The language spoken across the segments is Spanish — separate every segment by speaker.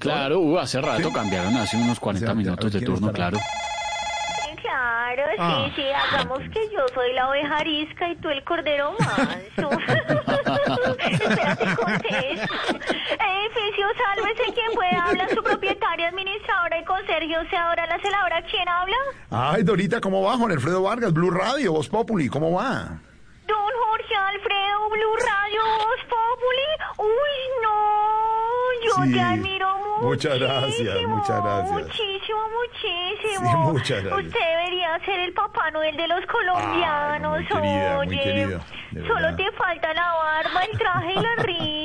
Speaker 1: Claro, uh, hace rato cambiaron, hace unos 40
Speaker 2: Sebastián,
Speaker 1: minutos de
Speaker 2: ¿quién
Speaker 1: turno,
Speaker 2: estará?
Speaker 1: claro.
Speaker 3: Sí, Claro,
Speaker 2: Ah.
Speaker 3: sí, sí, hagamos que yo soy la oveja arisca y tú el cordero manso. Espérate, contesto. Edificio, sálvese quien pueda. Habla su propietaria, administradora y conserje. O sea, ahora la celadora, ¿quién habla?
Speaker 2: Ay, Dorita, ¿cómo va? Juan Alfredo Vargas, Blue Radio, Voz Populi, ¿cómo va?
Speaker 3: Don Jorge Alfredo, Blue Radio, Voz Populi. Uy, no, yo
Speaker 2: Sí.
Speaker 3: te admiro mucho.
Speaker 2: Muchas gracias, muchas gracias.
Speaker 3: Muchísimo, muchísimo.
Speaker 2: Sí, muchas gracias.
Speaker 3: Usted debería ser el Papá Noel de los colombianos,
Speaker 2: Ay, no, muy querida, muy
Speaker 3: oye.
Speaker 2: querida, de
Speaker 3: Solo
Speaker 2: verdad.
Speaker 3: te falta la barba, el traje y la risa.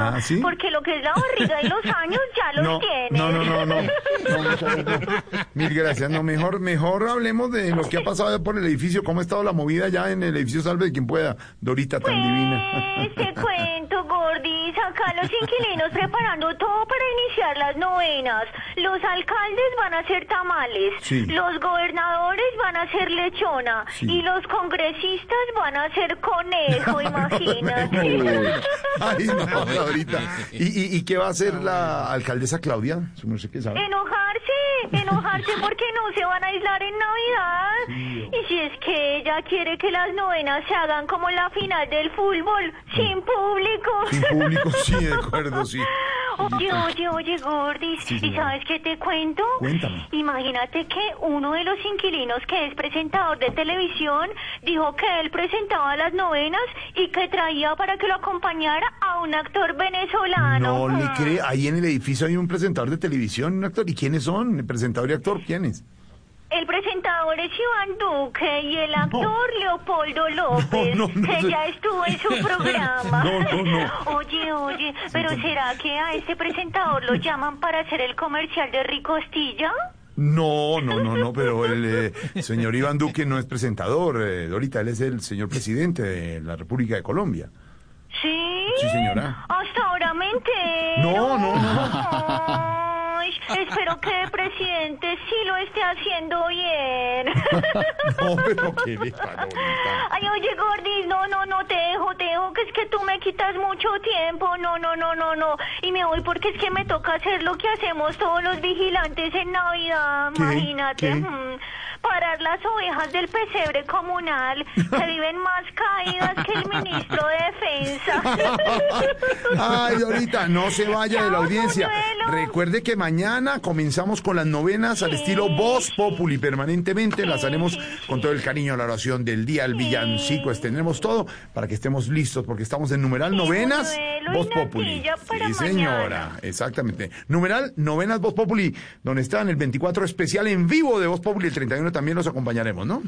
Speaker 2: Ah, ¿sí?
Speaker 3: Porque lo que es la barriga y los años ya los
Speaker 2: no,
Speaker 3: tienes.
Speaker 2: no, no, no, no. No, muchas gracias, no. Mil gracias. No, mejor, mejor hablemos de lo que ha pasado por el edificio, cómo ha estado la movida ya en el edificio Salve quien pueda. Dorita tan divina.
Speaker 3: Pues te cuento, Gordis, acá los inquilinos preparando todo para iniciar las novenas. Los alcaldes van a hacer tamales,
Speaker 2: Sí.
Speaker 3: los gobernadores van a hacer lechona
Speaker 2: Sí.
Speaker 3: y los congresistas van a hacer conejo,
Speaker 2: Uy.
Speaker 3: imagínate.
Speaker 2: Ay, no, Dorita. ¿Y, y, y qué va a hacer la alcaldesa Claudia? Su merced que sabe.
Speaker 3: Enojarse, enojarse porque no se van a aislar en Navidad. Y si es que ella quiere que las novenas se hagan como la final del fútbol, sin público.
Speaker 2: Sin público, sí, de acuerdo, sí.
Speaker 3: Oye, oye, oye, Gordis,
Speaker 2: Sí,
Speaker 3: ¿y
Speaker 2: señora.
Speaker 3: sabes qué te cuento?
Speaker 2: Cuéntame.
Speaker 3: Imagínate que uno de los inquilinos que es presentador de televisión dijo que él presentaba las novenas y que traía para que lo acompañara a un actor venezolano.
Speaker 2: Ah, No le
Speaker 3: Mm.
Speaker 2: cree. Ahí en el edificio hay un presentador de televisión, un actor. ¿Y quiénes son? El presentador y actor, ¿quiénes?
Speaker 3: El presentador es Iván Duque y el actor Leopoldo López,
Speaker 2: No, no, no
Speaker 3: que
Speaker 2: sé.
Speaker 3: ya estuvo en su programa.
Speaker 2: No, no, no.
Speaker 3: Oye, oye, pero ¿será que a este presentador lo llaman para hacer el comercial de Ricostilla?
Speaker 2: No, no, no, no, pero el eh, señor Iván Duque no es presentador, eh, Dorita, él es el señor presidente de la República de Colombia.
Speaker 3: Sí.
Speaker 2: Sí, señora.
Speaker 3: Hasta ahora me entero.
Speaker 2: No, no, no.
Speaker 3: Ay, espero que el presidente sí lo esté haciendo bien.
Speaker 2: No, pero qué le pasa, Dorita.
Speaker 3: Ay, oye, Gordis, no, no, no, te dejo, te dejo, que es que tú me quitas mucho tiempo. No, no, no, no, no. Y me voy porque es que me toca hacer lo que hacemos todos los vigilantes en Navidad.
Speaker 2: ¿Qué?
Speaker 3: Imagínate.
Speaker 2: ¿Qué?
Speaker 3: mm, Parar las ovejas del pesebre comunal que viven más caídas que el ministro de Defensa.
Speaker 2: Ay, Dorita, no se vaya de la
Speaker 3: Chao,
Speaker 2: audiencia.
Speaker 3: Manuelo.
Speaker 2: Recuerde que mañana comenzamos con las novenas al
Speaker 3: Sí.
Speaker 2: estilo Voz Populi permanentemente. Las
Speaker 3: Sí,
Speaker 2: haremos
Speaker 3: sí,
Speaker 2: con todo el cariño a la oración del día, al villancico, extendremos todo para que estemos listos porque estamos en numeral
Speaker 3: Sí,
Speaker 2: novenas
Speaker 3: Manuelo, y
Speaker 2: Voz Populi.
Speaker 3: natilla para
Speaker 2: Sí, señora,
Speaker 3: mañana.
Speaker 2: exactamente. Numeral novenas Voz Populi, donde están el 24 especial en vivo de Voz Populi, el 31 también los acompañaremos, ¿no?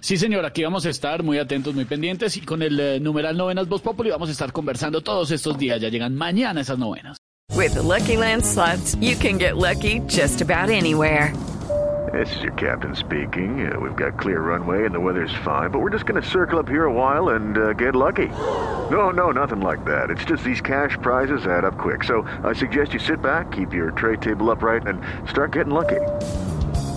Speaker 1: Sí, señor, aquí vamos a estar muy atentos, muy pendientes y con el eh, numeral Novenas Voz Populi vamos a estar conversando todos estos días. Ya llegan mañana esas novenas.
Speaker 4: With the Lucky Land slots, you can get lucky just about anywhere.
Speaker 5: This is your captain speaking. Uh, we've got clear runway and the weather's fine, but we're just going to circle up here a while and uh, get lucky. No, no, nothing like that. It's just these cash prizes add up quick. So I suggest you sit back, keep your tray table upright, and start getting lucky.